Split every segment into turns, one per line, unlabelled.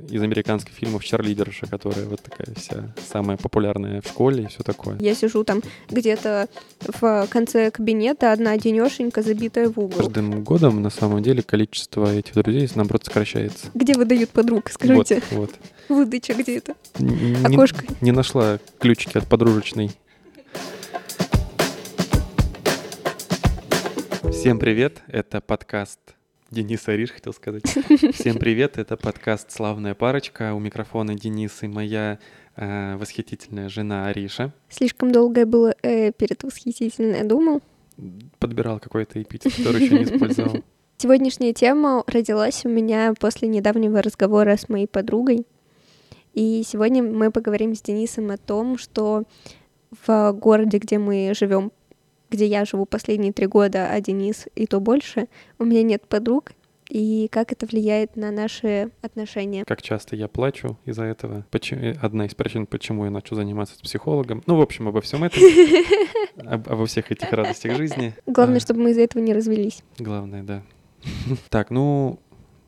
из американских фильмов «Чарлидерша», которая вот такая вся самая популярная в школе и все такое.
Я сижу там где-то в конце кабинета, одна денешенька, забитая в
С
угол.
каждым годом, на самом деле, количество этих друзей, наоборот, сокращается.
Где выдают подруг, скажите?
Вот, вот.
Выдача где это?
Н- не-
Окошко.
не нашла ключики от подружечной. Всем привет, это подкаст... Денис Ариш хотел сказать. Всем привет, это подкаст «Славная парочка». У микрофона Денис и моя э, восхитительная жена Ариша.
Слишком долгое было э, перед восхитительное, думал.
Подбирал какой-то эпитет, который еще не использовал.
Сегодняшняя тема родилась у меня после недавнего разговора с моей подругой. И сегодня мы поговорим с Денисом о том, что в городе, где мы живем, где я живу последние три года, а Денис и то больше, у меня нет подруг, и как это влияет на наши отношения.
Как часто я плачу из-за этого. Почему, одна из причин, почему я начал заниматься с психологом. Ну, в общем, обо всем этом. Об- обо всех этих радостях жизни.
Главное,
А.
чтобы мы из-за этого не развелись.
Главное, да. Так, ну,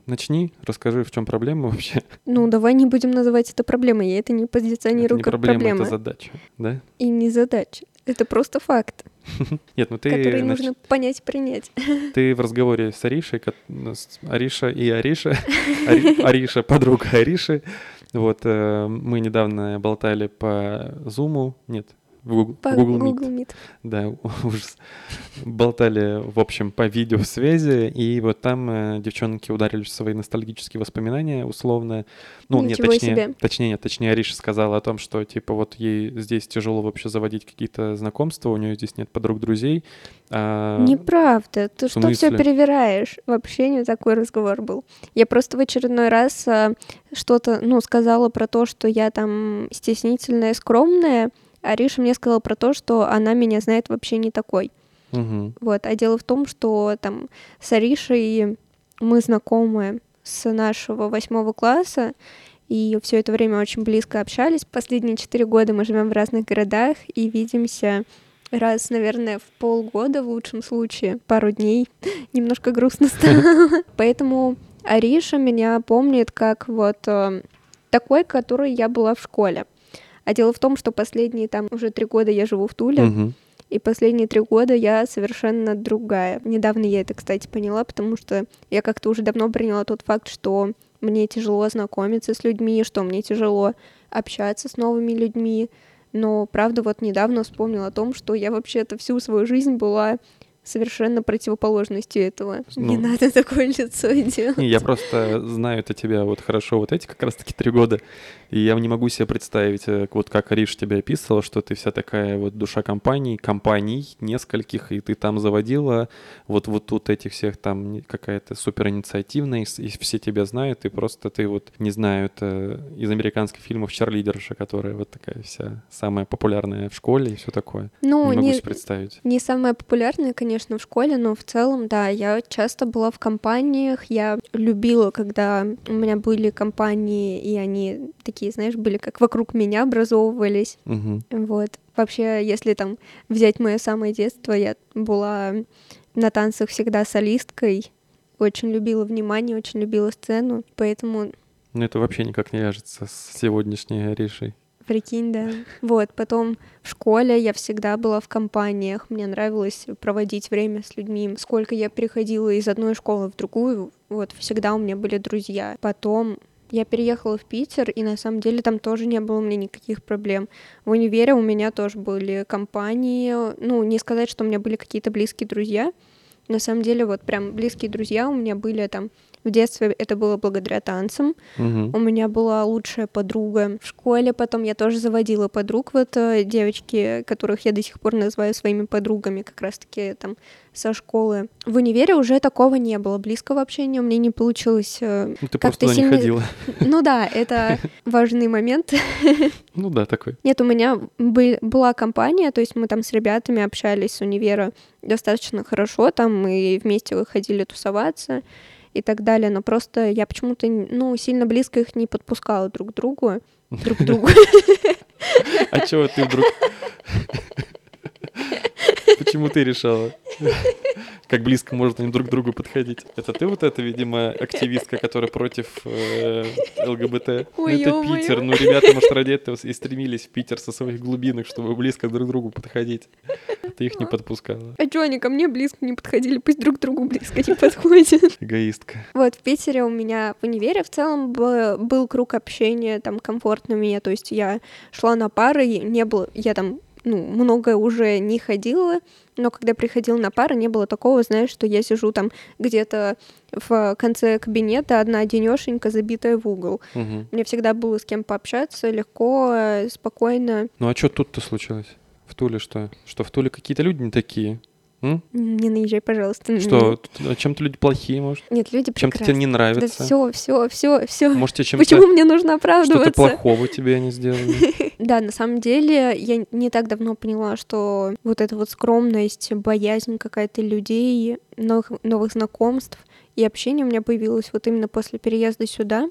начни, расскажи, в чем проблема вообще.
Ну, давай не будем называть это проблемой, я это не
Это
позиционирую
не
как
проблема,
проблема.
это задача, да?
И не задача. Это просто факт,
Нет, ну ты,
который
значит,
нужно понять и принять.
ты в разговоре с Аришей, кот- ну, с Ариша и Ариша, Ари- Ариша, подруга Ариши, вот, э, мы недавно болтали по Зуму, нет, в Гугл-
По
Google Meet.
Google Meet.
Да, ужас. Болтали, в общем, по видеосвязи, и вот там э, девчонки ударили в свои ностальгические воспоминания, условно. Ну, нет,
Ничего
точнее,
себе.
точнее, нет, точнее, Ариша сказала о том, что, типа, вот ей здесь тяжело вообще заводить какие-то знакомства, у нее здесь нет подруг, друзей. А,
Неправда. Ты
в
что все
смысле?
перевираешь? Вообще не такой разговор был. Я просто в очередной раз а, что-то, ну, сказала про то, что я там стеснительная, скромная, а Риша мне сказала про то, что она меня знает вообще не такой.
мгм.
Вот. А дело в том, что там с Аришей мы знакомы с нашего восьмого класса, и все это время очень близко общались. Последние четыре года мы живем в разных городах и видимся раз, наверное, в полгода в лучшем случае, пару дней. Немножко грустно стало. Поэтому Ариша меня помнит как вот э, такой, которой я была в школе. А дело в том, что последние там уже три года я живу в Туле,
Мгм.
и последние три года я совершенно другая. Недавно я это, кстати, поняла, потому что я как-то уже давно приняла тот факт, что мне тяжело знакомиться с людьми, что мне тяжело общаться с новыми людьми. Но, правда, вот недавно вспомнила о том, что я вообще-то всю свою жизнь была совершенно противоположностью этого. Не
Ну.
надо такое лицо делать.
Не, я просто знаю это тебя вот хорошо, вот эти как раз-таки три года, и я не могу себе представить, э, вот как Ариша тебя описывала, что ты вся такая вот душа компании, компаний нескольких, и ты там заводила вот вот тут этих всех там не- какая-то супер инициативная, и, с- и все тебя знают, и просто ты вот, не знаю, это из американских фильмов «Чарлидерша», которая вот такая вся самая популярная в школе и все такое.
Ну,
не могу
не,
себе представить.
Не самая популярная, конечно, в школе, но в целом, да, я часто была в компаниях, я любила, когда у меня были компании, и они такие, знаешь, были как вокруг меня образовывались,
Мгм.
вот. Вообще, если там взять мое самое детство, я была на танцах всегда солисткой, очень любила внимание, очень любила сцену,
Но
поэтому
Ну, это вообще никак не вяжется с сегодняшней Аришей.
Прикинь, да. Вот, потом в школе я всегда была в компаниях, мне нравилось проводить время с людьми. Сколько я переходила из одной школы в другую, вот, всегда у меня были друзья. Потом я переехала в Питер, и на самом деле там тоже не было у меня никаких проблем. В универе у меня тоже были компании, ну, не сказать, что у меня были какие-то близкие друзья, на самом деле, вот прям близкие друзья у меня были там в детстве, это было благодаря танцам,
Мгм.
у меня была лучшая подруга в школе, потом я тоже заводила подруг, вот э, девочки, которых я до сих пор называю своими подругами, как раз-таки там со школы. В универе уже такого не было, близкого общения у меня не получилось. э,
Ну, ты
Как-то
просто туда не
сильно-
ходила.
Ну да, это важный момент.
Ну да, такой.
Нет, у меня бы- была компания, то есть мы там с ребятами общались с универа достаточно хорошо, там мы вместе выходили тусоваться и так далее, но просто я почему-то, ну, сильно близко их не подпускала друг к другу, друг к другу.
А чего ты вдруг... Почему ты решала? Как близко может они друг к другу подходить. Это ты вот эта, видимо, активистка, которая против э, ЛГБТ? Ну,
Ой,
это
ё-моё.
Питер. Ну, ребята, может, ради этого и стремились в Питер со своих глубинок, чтобы близко друг к другу подходить. Ты их не подпускала.
А чё они ко мне близко не подходили? Пусть друг к другу близко не подходят.
Эгоистка.
Вот в Питере у меня в универе в целом б- был круг общения там комфортный у меня. То есть я шла на пары, и не было... Я там ну, многое уже не ходила, но когда приходила на пары, не было такого, знаешь, что я сижу там где-то в конце кабинета одна денешенька, забитая в угол.
Мгм.
Мне всегда было с кем пообщаться, легко, э, спокойно.
Ну, а что тут-то случилось? В Туле что? Что в Туле какие-то люди не такие? М?
М, Не наезжай, пожалуйста. на меня.
Что, т- чем-то люди плохие, может?
Нет, люди
Чем-то тебе
прекрасны.
не
Да
нравится?
все, все, все, все.
Может, тебе чем-то...
Почему мне нужно
Что-то
оправдываться?
плохого тебе они сделали?
Да, на самом деле, я не так давно поняла, что вот эта вот скромность, боязнь какая-то людей, новых, новых знакомств и общения у меня появилась вот именно после переезда сюда.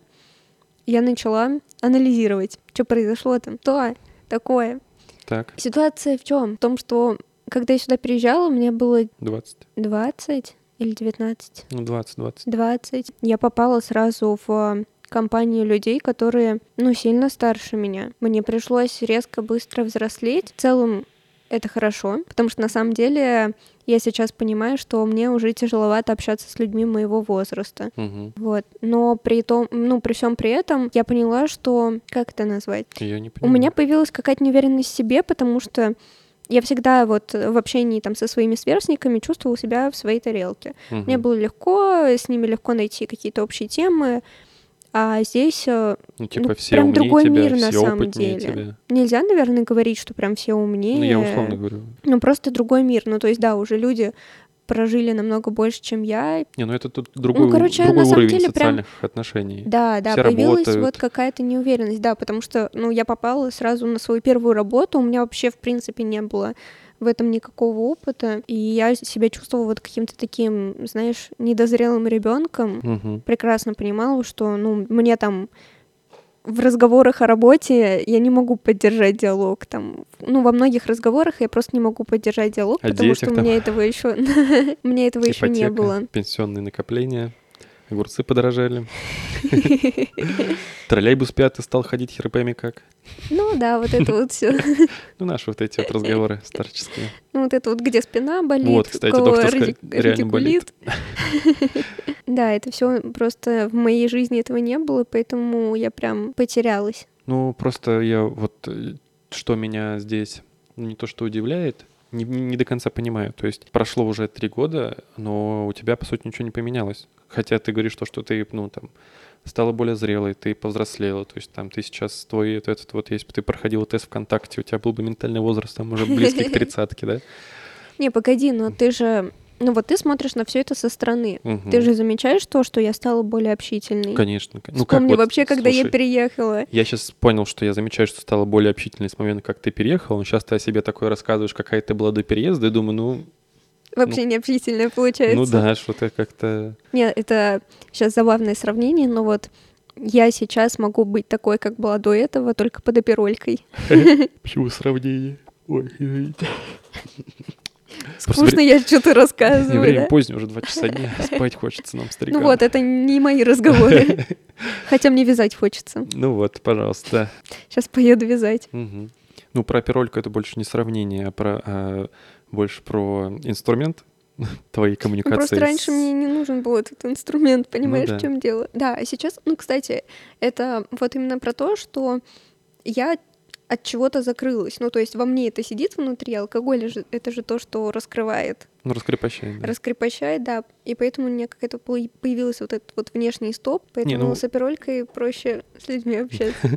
Я начала анализировать, что произошло там, что такое.
Так,
Ситуация в чем? В том, что когда я сюда переезжала, мне было
20.
20 или 19,
Ну, 20, 20.
20. Я попала сразу в э, компанию людей, которые, ну, сильно старше меня. Мне пришлось резко быстро взрослеть. В целом это хорошо, потому что на самом деле я сейчас понимаю, что мне уже тяжеловато общаться с людьми моего возраста.
Мгм.
Вот. Но при том, ну, при всем при этом, я поняла, что, как это назвать?
Я не
У
понимаю.
меня появилась какая-то неуверенность в себе, потому что я всегда вот в общении там со своими сверстниками чувствовала себя в своей тарелке.
Мгм.
Мне было легко, с ними легко найти какие-то общие темы, а здесь э,
Ну, типа,
ну,
все
прям
умнее
другой
тебя,
мир на
все
самом
опытнее
деле.
тебя.
нельзя, наверное, говорить, что прям все умнее.
Ну, я условно говорю.
Ну, просто другой мир. Ну, то есть, да, уже люди прожили намного больше, чем я.
Не, ну это тут другой, у-
короче,
другой
на самом
уровень
деле прям-
социальных отношений.
Да, да,
Все
появилась
работают.
вот какая-то неуверенность, да, потому что, ну, я попала сразу на свою первую работу, у меня вообще, в принципе, не было в этом никакого опыта, и я себя чувствовала вот каким-то таким, знаешь, недозрелым ребенком,
Мгм.
прекрасно понимала, что, ну, мне там в разговорах о работе я не могу поддержать диалог там. Ну, во многих разговорах я просто не могу поддержать диалог,
О
потому что
детях
у
там.
меня этого еще мне этого еще не
Ипотека,
было.
пенсионные накопления, огурцы подорожали. Троллейбус пятый стал ходить хер пойми как.
Ну да, вот это вот все.
Ну, наши вот эти вот разговоры старческие.
Ну, вот это вот, где спина болит,
Вот, кстати,
у кого
доктор сказал,
ради-
реально болит.
радикулит. Да, это все просто в моей жизни этого не было, поэтому я прям потерялась.
Ну, просто я вот, э, что меня здесь ну, не то что удивляет, не, не- не до конца понимаю. То есть прошло уже три года, но у тебя, по сути, ничего не поменялось. Хотя ты говоришь то, что ты, ну, там, стала более зрелой, ты повзрослела. То есть там ты сейчас, твой вот этот вот, если бы ты проходила тест ВКонтакте, у тебя был бы ментальный возраст там уже близкий к тридцатке, да?
Не, погоди, но ты же... Ну вот ты смотришь на все это со стороны.
Мгм.
Ты же замечаешь то, что я стала более общительной?
Конечно. кон- Ну, как
Вспомни
вот,
вообще, когда я
слушай,
переехала.
Я сейчас понял, что я замечаю, что стала более общительной с момента, как ты переехал. Но сейчас ты о себе такое рассказываешь, какая ты была до переезда, и думаю, ну,
Вообще не общительная получается.
Ну да, что-то как-то...
Нет, это сейчас забавное сравнение, но вот я сейчас могу быть такой, как была до этого, только под оперолькой.
Почему сравнение? Ой, извините.
Скучно я что-то рассказываю,
Время
да?
позднее, уже два часа дня, спать хочется нам,
Ну
старикам.
вот, это не мои разговоры. Хотя мне вязать хочется.
Ну вот, пожалуйста.
Сейчас поеду вязать.
Мгм. Ну, про пирольку это больше не сравнение, а про а, больше про инструмент твоей
Ну,
коммуникации.
Просто раньше
с-
мне не нужен был этот инструмент, понимаешь,
Ну да.
в чем дело. Да, а сейчас, ну, кстати, это вот именно про то, что я от чего-то закрылась. Ну, то есть во мне это сидит внутри, алкоголь же, это же то, что раскрывает,
Ну, раскрепощение. да.
раскрепощает, да. И поэтому у меня какая-то пой- появилась вот этот вот внешний стоп, поэтому
ну-
с оперолькой проще с людьми общаться.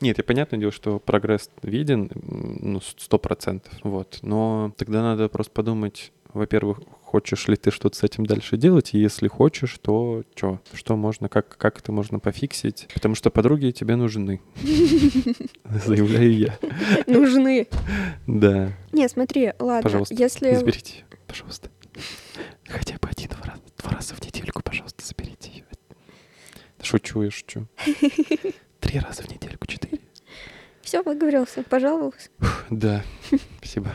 Нет, и понятное дело, что прогресс виден, м, ну, сто процентов, вот. Но тогда надо просто подумать, во-первых, хочешь ли ты что-то с этим дальше делать, и если хочешь, то что? Что можно, как, как это можно пофиксить? Потому что подруги тебе нужны. Заявляю я.
Нужны.
Да,
Не, смотри, ладно,
пожалуйста,
если...
заберите ее, пожалуйста. Хотя бы один раз, два раза в недельку, пожалуйста, заберите ее. Шучу, я шучу. Три раза в недельку, четыре.
Все, выговорился, пожалуйста.
Да, спасибо.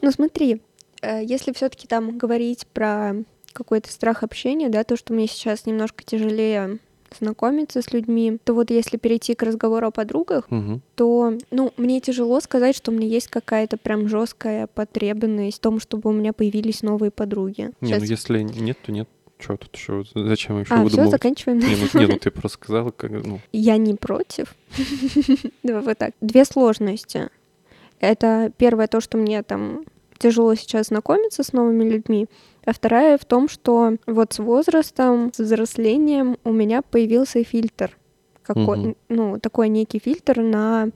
Ну смотри, э, если все-таки там говорить про какой-то страх общения, да, то, что мне сейчас немножко тяжелее знакомиться с людьми, то вот если перейти к разговору о подругах,
Мгм.
то, ну, мне тяжело сказать, что у меня есть какая-то прям жесткая потребность в том, чтобы у меня появились новые подруги.
Не,
Сейчас-
ну если нет, то нет. Че тут еще? Зачем еще
а, все,
выдумывать?
заканчиваем.
Не ну, не, ну ты просто сказала, как, ну,
Я не против. Давай вот так. Две сложности. Это первое то, что мне там тяжело сейчас знакомиться с новыми людьми, а вторая в том, что вот с возрастом, с взрослением у меня появился фильтр, какой,
Мгм.
ну такой некий фильтр на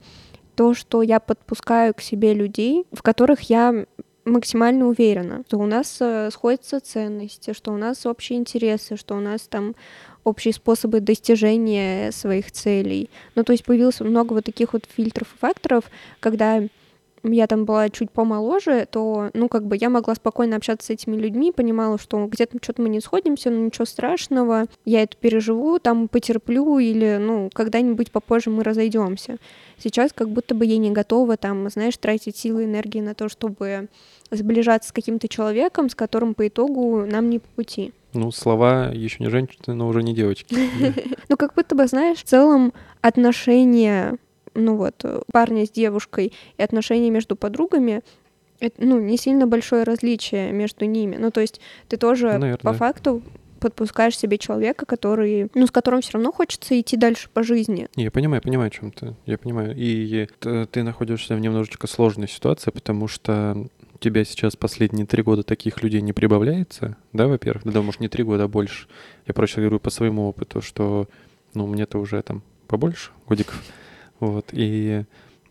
то, что я подпускаю к себе людей, в которых я максимально уверена, что у нас э, сходятся ценности, что у нас общие интересы, что у нас там общие способы достижения своих целей. Ну, то есть появилось много вот таких вот фильтров и факторов, когда я там была чуть помоложе, то, ну, как бы я могла спокойно общаться с этими людьми, понимала, что где-то что-то мы не сходимся, но ничего страшного, я это переживу, там потерплю или, ну, когда-нибудь попозже мы разойдемся. Сейчас как будто бы я не готова, там, знаешь, тратить силы и энергии на то, чтобы сближаться с каким-то человеком, с которым по итогу нам не по пути.
ну, слова еще не женщины, но уже не девочки. Да.
Ну, как будто бы, знаешь, в целом отношения, ну вот, э, парня с девушкой и отношения между подругами, это, ну, не сильно большое различие между ними. Ну, то есть ты тоже
Наверно,
по
да.
факту подпускаешь себе человека, который, ну, с которым все равно хочется идти дальше по жизни.
Не, я понимаю, понимаю, о чем ты. Я понимаю. И т- ты находишься в немножечко сложной ситуации, потому что у тебя сейчас последние три года таких людей не прибавляется, да, во-первых? Да, может, не три года, а больше. Я проще говорю по своему опыту, что, ну, мне-то уже там побольше годиков. Вот, и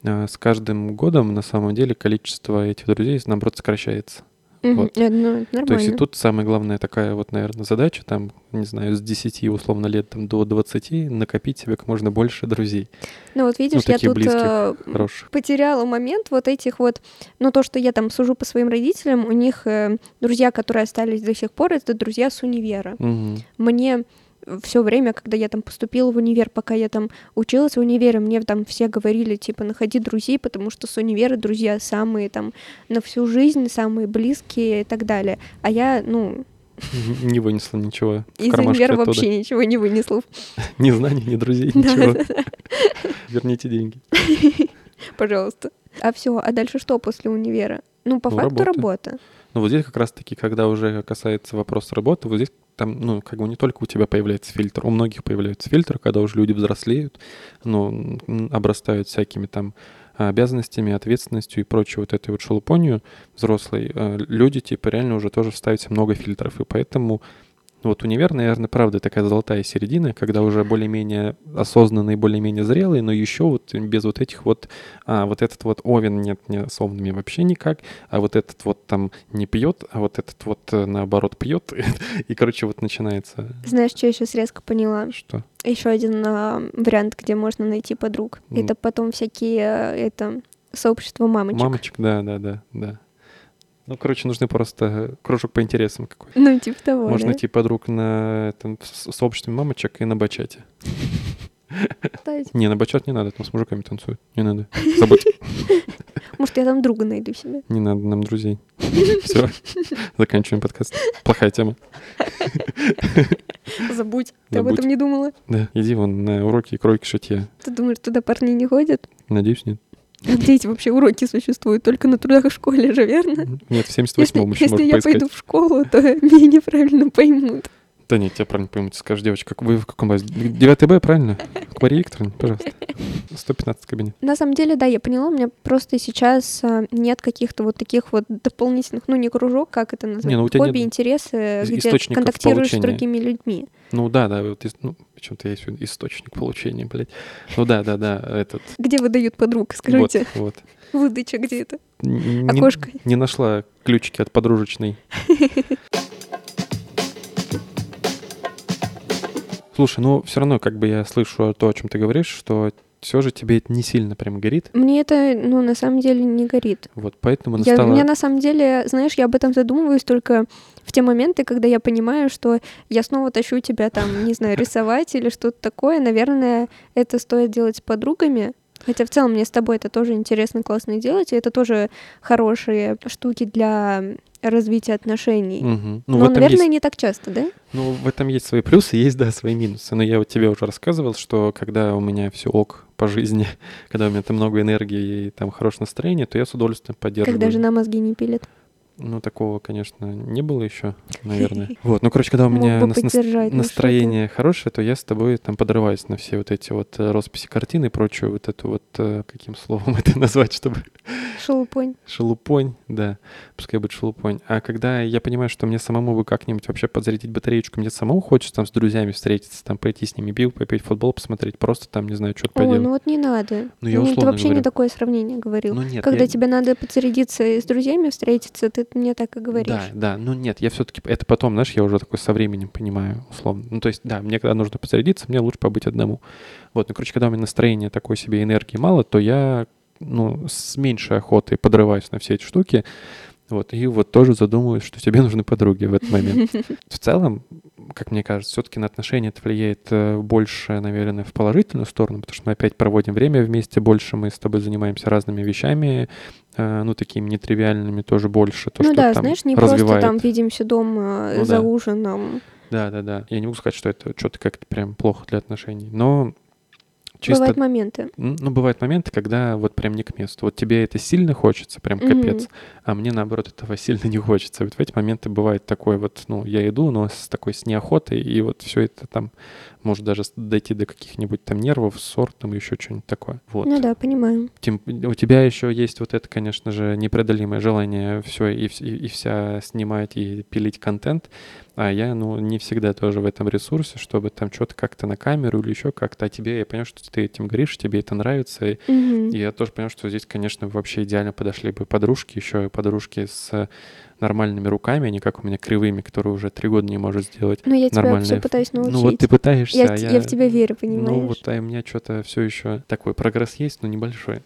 э, с каждым годом, на самом деле, количество этих друзей, наоборот, сокращается.
Мгм.
Вот.
Э, Ну, это нормально.
То есть и тут самая главная такая вот, наверное, задача, там, не знаю, с 10 условно лет там, до 20 накопить себе как можно больше друзей
Ну, вот видишь, я
таких
тут
близких,
э,
хороших.
потеряла момент вот этих вот, ну то, что я там сужу по своим родителям, у них э, друзья, которые остались до сих пор, это друзья с универа.
Мгм.
мне все время, когда я там поступила в универ, пока я там училась в универе, мне там все говорили, типа, находи друзей, потому что с универа друзья самые там на всю жизнь, самые близкие и так далее. А я, ну,
Н- Не вынесла ничего. в
из
кармашке
универа
оттуда.
вообще ничего не вынесла.
Ни знаний, ни друзей,
Да,
ничего. Верните деньги.
Пожалуйста. А все, а дальше что после универа? Ну, по
Ну,
факту
работа.
работа.
Но Ну, вот здесь как раз-таки, когда уже касается вопроса работы, вот здесь там, ну, как бы не только у тебя появляется фильтр, у многих появляется фильтр, когда уже люди взрослеют, ну, м, обрастают всякими там обязанностями, ответственностью и прочей вот этой вот шелупонью взрослой, э, люди типа реально уже тоже ставят себе много фильтров, и поэтому ну, вот универ, наверное, правда такая золотая середина, когда уже более-менее осознанный, более-менее зрелый, но еще вот без вот этих вот, а, вот этот вот овен нет, не с овнами вообще никак, а вот этот вот там не пьет, а вот этот вот э, наоборот пьет, и, короче, вот начинается э,
Знаешь, что я сейчас резко поняла?
что?
Еще один а, вариант, где можно найти подруг.
М.
Это потом всякие, э, это, сообщество мамочек.
Мамочек, да, да, да, да. Ну, короче, нужны просто э, кружок по интересам какой.
Ну, типа того,
Можно
да?
найти подруг на этом в с- сообществе мамочек и на бачате.
Кстати.
Не, на бачат не надо, там с мужиками танцуют. Не надо. Забудь.
Может, я там друга найду себе.
Не надо нам друзей. Все, заканчиваем подкаст. Плохая тема.
Забудь, ты об
Забудь.
этом не думала.
Да, иди вон на уроки и кройки шитья.
Ты думаешь, туда парни не ходят?
Надеюсь, нет.
А где эти вообще уроки существуют? Только на трудах и школе же, верно?
Нет, в 78-м еще
Если, если
можно
я
поискать.
пойду в школу, то меня неправильно поймут.
Да нет, тебя правильно поймут. Скажешь, девочка, как- вы в каком базе? 9 Б, правильно? К Марии Викторовне, пожалуйста. 115 кабинет.
На самом деле, да, я поняла, у меня просто сейчас а, нет каких-то вот таких вот дополнительных, ну, не кружок, как это назвать,
Не, ну, у тебя
хобби,
нет
интересы,
ис-
где
источников
контактируешь с
получения.
другими людьми.
Ну да, да, вот ис- ну, почему-то есть источник получения, блядь. Ну да, да, да, этот.
Где выдают подруг,
Вот,
скажите?
вот.
Выдача где это?
Н- не-
Окошко.
Не нашла ключики от подружечной. Слушай, ну все равно как бы я слышу то, о чем ты говоришь, что все же тебе это не сильно прям горит.
Мне это, ну, на самом деле не горит.
Вот поэтому
Я,
настала...
меня на самом деле, знаешь, я об этом задумываюсь только в те моменты, когда я понимаю, что я снова тащу тебя там, не знаю, рисовать или что-то такое. Наверное, это стоит делать с подругами. Хотя в целом мне с тобой это тоже интересно, классно делать, и это тоже хорошие штуки для развития отношений.
Мгм. Ну,
Но,
в этом
наверное,
есть,
не так часто, да?
ну, в этом есть свои плюсы, есть, да, свои минусы. Но я вот тебе уже рассказывал, что когда у меня все ок по жизни, когда у меня там много энергии и там хорошее настроение, то я с удовольствием поддерживаю.
Когда жена мозги не пилит.
Ну, такого, конечно, не было еще, наверное. Вот, ну, короче, когда у меня
Мог бы
нас- нас-
поддержать, ну что ты.
настроение хорошее, то я с тобой там подрываюсь на все вот эти вот э, росписи картины и прочую вот эту вот, э, каким словом это назвать, чтобы
Шелупонь.
Шелупонь, да, пускай будет шелупонь. А когда я понимаю, что мне самому бы как-нибудь вообще подзарядить батареечку, мне самому хочется там с друзьями встретиться, там пойти с ними бил, попить футбол, посмотреть, просто там, не знаю, что-то
О,
поделать.
ну вот не надо.
Ну, я
Мне это
условно
вообще не
говорю.
такое сравнение говорил.
Ну, нет,
Когда
я-
тебе надо подзарядиться и с друзьями встретиться, ты мне так и говоришь.
Да, да, ну нет, я все-таки, это потом, знаешь, я уже такой со временем понимаю, условно. Ну то есть, да, мне когда нужно подзарядиться, мне лучше побыть одному. Вот, ну короче, когда у меня настроение такое себе, энергии мало, то я, ну, с меньшей охотой подрываюсь на все эти штуки. Вот, и вот тоже задумываюсь, что тебе нужны подруги в этот момент. В целом, как мне кажется, все-таки на отношения это влияет э, больше, наверное, в положительную сторону, потому что мы опять проводим время вместе больше, мы с тобой занимаемся разными вещами, э, ну, такими нетривиальными тоже больше. То,
ну
что
да,
там
знаешь, не
развивает.
просто там видимся дома э,
Ну
за
да.
ужином.
Да, да, да. Я не могу сказать, что это что-то как-то прям плохо для отношений, но чисто...
Бывают моменты.
М, Ну, бывают моменты, когда вот прям не к месту. Вот тебе это сильно хочется, прям
Мгм.
капец, а мне, наоборот, этого сильно не хочется. Вот в эти моменты бывает такой вот, ну, я иду, но с такой с неохотой, и вот все это там может даже с- дойти до каких-нибудь там нервов, ссор, там еще что-нибудь такое. Вот.
Ну да, понимаю.
Тем- у тебя еще есть вот это, конечно же, непреодолимое желание все и, вс- и- и вся снимать и пилить контент, а я, ну, не всегда тоже в этом ресурсе, чтобы там что-то как-то на камеру или еще как-то, а тебе, я понимаю, что ты этим горишь, тебе это нравится, и
Мгм.
и я тоже понял, что здесь, конечно, вообще идеально подошли бы подружки, еще и подружки с нормальными руками, а не как у меня кривыми, которые уже три года не может сделать.
Но Ну, я тебя
нормальные
все
ф-
пытаюсь научить.
Ну вот ты пытаешься,
я,
а
в те-
я...
я в тебя верю, понимаешь?
Ну вот, а у меня что-то все еще такой прогресс есть, но небольшой.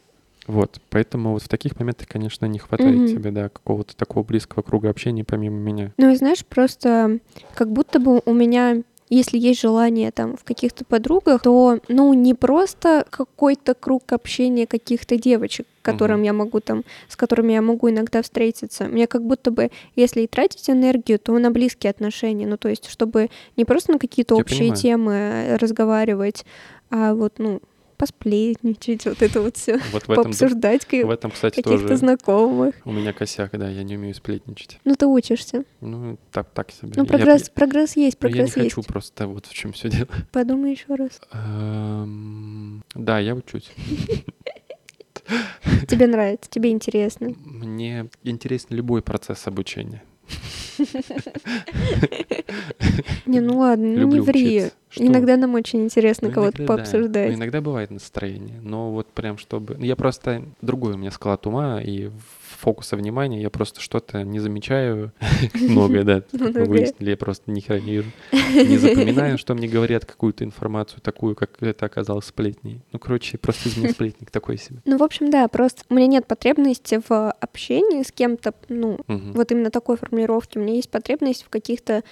Вот, поэтому вот в таких моментах, конечно, не хватает
Мгм.
тебе, да, какого-то такого близкого круга общения помимо меня.
Ну и знаешь, просто как будто бы у меня, если есть желание там в каких-то подругах, то, ну, не просто какой-то круг общения каких-то девочек, которым
Мгм.
я могу там, с которыми я могу иногда встретиться. Мне как будто бы, если и тратить энергию, то на близкие отношения. Ну, то есть, чтобы не просто на какие-то
Я
общие
понимаю.
темы э, разговаривать, а вот, ну, посплетничать, вот это вот все,
Вот в этом,
пообсуждать ка-
в этом, кстати,
каких-то
тоже
знакомых.
у меня косяк, да, я не умею сплетничать.
Ну, ты учишься.
Ну, так, так себе.
Ну,
Я- я-
прогресс, прогресс есть,
но я не
прогресс есть.
хочу просто вот в чем все дело.
Подумай еще раз.
Эм, Да, я учусь.
Тебе нравится, тебе интересно.
Мне интересен любой процесс обучения.
Не, ну ладно, ну не
Люблю
ври.
учиться. Что?
Иногда нам очень интересно
Ну,
кого-то
иногда да.
пообсуждать.
Ну, иногда бывает настроение, но вот прям чтобы... ну, Я просто... Другой у меня склад ума и фокуса внимания, я просто что-то не замечаю. Многое, да, как мы
Многое.
выяснили, я просто ни хера не вижу. Не запоминаю, что мне говорят какую-то информацию такую, как это оказалось сплетней. Ну, короче, просто из меня сплетник такой себе.
Ну, в общем, да, просто у меня нет потребности в общении с кем-то, ну,
Мгм.
вот именно такой формулировки. У меня есть потребность в каких-то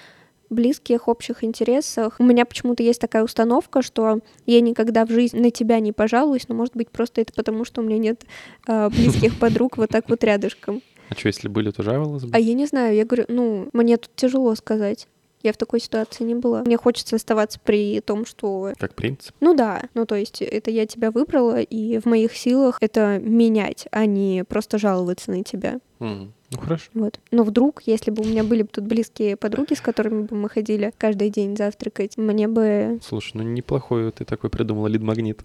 близких, общих интересах. У меня почему-то есть такая установка, что я никогда в жизни на тебя не пожалуюсь, но, может быть, просто это потому, что у меня нет э, близких подруг вот так вот рядышком.
А что, если были, то жаловалась
А
бы?
я не знаю, я говорю, ну, мне тут тяжело сказать. Я в такой ситуации не была. Мне хочется оставаться при том, что...
Как принцип.
Ну да, ну то есть это я тебя выбрала, и в моих силах это менять, а не просто жаловаться на тебя.
Мгм. Ну, хорошо.
Вот. Но вдруг, если бы у меня были бы тут близкие подруги, с которыми бы мы ходили каждый день завтракать, мне бы...
Слушай, ну неплохой ты такой придумала лид-магнит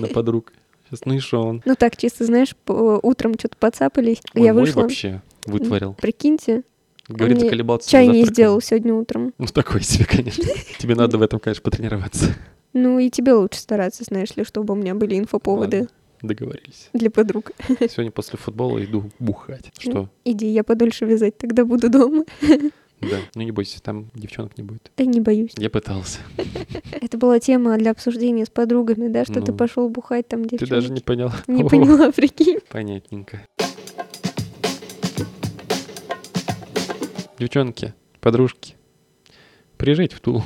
на подруг. Сейчас, ну и шо он?
Ну так, чисто, знаешь, по- утром что-то подцапались,
Ой,
я
мой
вышла.
вообще вытворил.
Прикиньте,
Говорит,
мне
заколебался.
чай
на
не
завтрак.
сделал сегодня утром.
Ну, такой себе, конечно. Тебе надо в этом, конечно, потренироваться.
Ну и тебе лучше стараться, знаешь ли, чтобы у меня были инфоповоды
Ладно, Договорились.
для подруг.
Сегодня после футбола иду бухать. Что?
Иди, я подольше вязать, тогда буду дома.
Да. Ну, не бойся, там девчонок не будет.
Да не боюсь.
Я пытался.
Это была тема для обсуждения с подругами, да, что ты
Ну.
пошел бухать там, где
Ты даже не поняла.
не
О,
поняла, прикинь.
Понятненько. Девчонки, подружки, приезжайте в Тулу.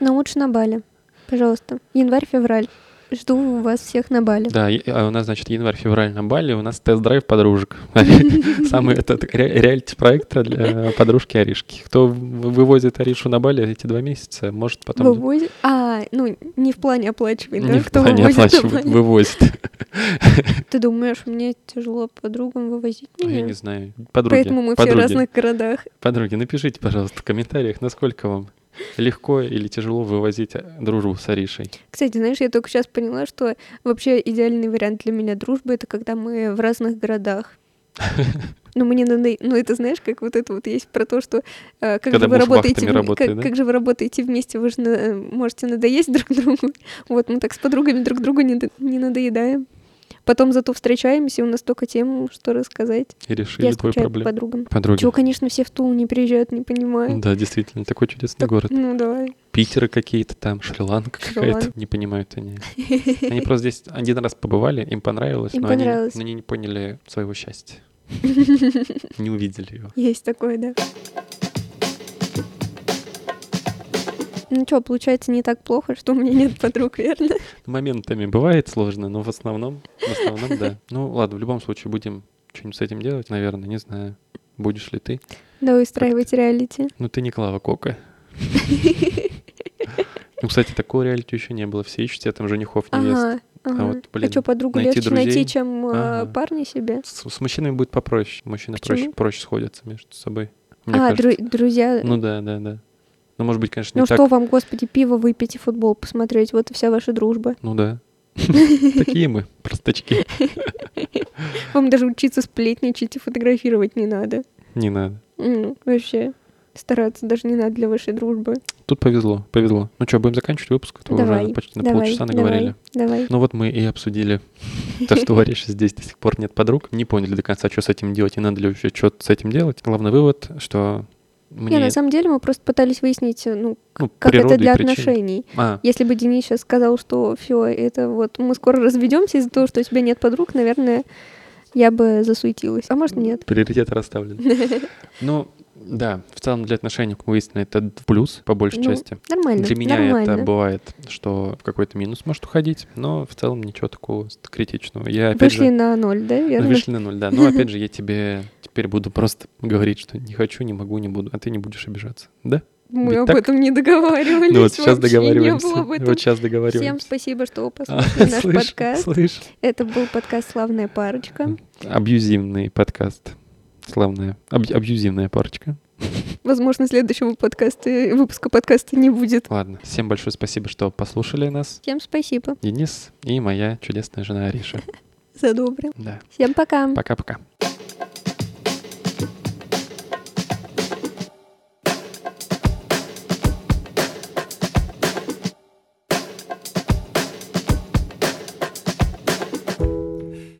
Но лучше на Бали. Пожалуйста. Январь-февраль. Жду вас всех на бале.
Да, и- а у нас, значит, январь-февраль на Бали, у нас тест-драйв подружек. Самый этот ре- реалити-проектор для подружки Аришки. Кто в- вывозит Аришу на Бали эти два месяца, может потом...
Вывозит- А, ну, не в плане оплачивать, да?
Не в
кто
плане
вывозит на
оплачивает,
Бали.
вывозит.
Ты думаешь, мне тяжело подругам вывозить?
А Ну, Я
меня?
не знаю. Подруги,
Поэтому мы все в
подруги,
разных городах.
подруги, напишите, пожалуйста, в комментариях, насколько вам легко или тяжело вывозить э, дружбу с Аришей.
Кстати, знаешь, я только сейчас поняла, что вообще идеальный вариант для меня дружбы — это когда мы в разных городах. Ну, мне надо... Ну, это знаешь, как вот это вот есть про то, что э, как,
Когда
же
муж
вы работаете,
вахтами
вм-
работает,
как,
да?
как же вы работаете вместе, вы же на- э, можете надоесть друг другу. Вот, мы так с подругами друг другу не, д- не надоедаем. Потом зато встречаемся, и у нас столько тем, что рассказать.
И решили
я
твою
скучаю по
проблему.
подругам.
Подруги.
Чего, конечно, все в Тулу не приезжают, не понимаю.
Да, действительно, такой чудесный
Так,
город.
Ну, давай.
Питеры какие-то там, Шри-Ланка какая-то.
Шри-Ланка.
Не понимают они. Они просто здесь один раз побывали, им понравилось,
Им
но они,
понравилось.
но они не поняли своего счастья. Не увидели его.
Есть такое, да. Ну что, получается не так плохо, что у меня нет подруг, верно?
Ну, Моментами бывает сложно, но в основном, в основном, да. Ну ладно, в любом случае будем что-нибудь с этим делать, наверное, не знаю. Будешь ли ты?
Да, устраивать реалити.
Ну ты не Клава Кока. Ну, кстати, такого реалити еще не было. Все ищут себе там женихов, невест.
Ага, ага.
А вот, блин,
что, подругу
найти
легче
друзей?
найти, чем э,
Ага.
парня себе?
С, с мужчинами будет попроще. Мужчины
Почему?
проще, проще сходятся между собой. мне
а,
кажется.
дру- друзья.
Ну
Ну,
да, да, да. Ну, может быть, конечно, не так.
что вам, господи, пиво выпить и футбол посмотреть, вот и вся ваша дружба.
Ну да. Такие мы, простачки.
Вам даже учиться сплетничать и фотографировать не надо.
Не надо.
М, вообще, стараться даже не надо для вашей дружбы.
Тут повезло, повезло. Ну что, будем заканчивать выпуск? А то
давай,
уже почти на
давай,
полчаса наговорили.
Давай, давай.
Ну вот мы и обсудили то, что у Ариши здесь до сих пор нет подруг. Не поняли до конца, что с этим делать и надо ли вообще что-то с этим делать. Главный вывод, что
Не,
мне...
на самом деле мы просто пытались выяснить, ну,
Ну,
как
природа
это
и
для
причины.
отношений.
А,
Если бы Денис сейчас сказал, что все, это вот мы скоро разведемся из-за того, что у тебя нет подруг, наверное, я бы засуетилась. А может, нет.
приоритеты расставлены. Ну, да, в целом для отношений, как мы выяснили, это плюс, по большей
Ну,
части.
Нормально.
Для меня
нормально.
это бывает, что в какой-то минус может уходить, но в целом ничего такого критичного. Я опять же-
Вышли на ноль, да,
Ну,
верно?
вышли на ноль, да. Но опять же, я тебе теперь буду просто говорить, что не хочу, не могу, не буду, а ты не будешь обижаться, да?
Мы
ведь
об
так?
этом не договаривались.
Ну вот сейчас
вообще не было
договариваемся.
об этом.
Вот сейчас
Всем
договариваемся.
спасибо, что
А,
послушали наш
слышь,
подкаст.
слышь.
Это был подкаст «Славная парочка».
Абьюзивный подкаст. Славная. аб- абьюзивная парочка.
Возможно, следующего подкаста, э, выпуска подкаста не будет.
Ладно. Всем большое спасибо, что послушали нас.
Всем спасибо
Денис и моя чудесная жена Ариша.
за доброе.
Да.
Всем пока.
Пока-пока.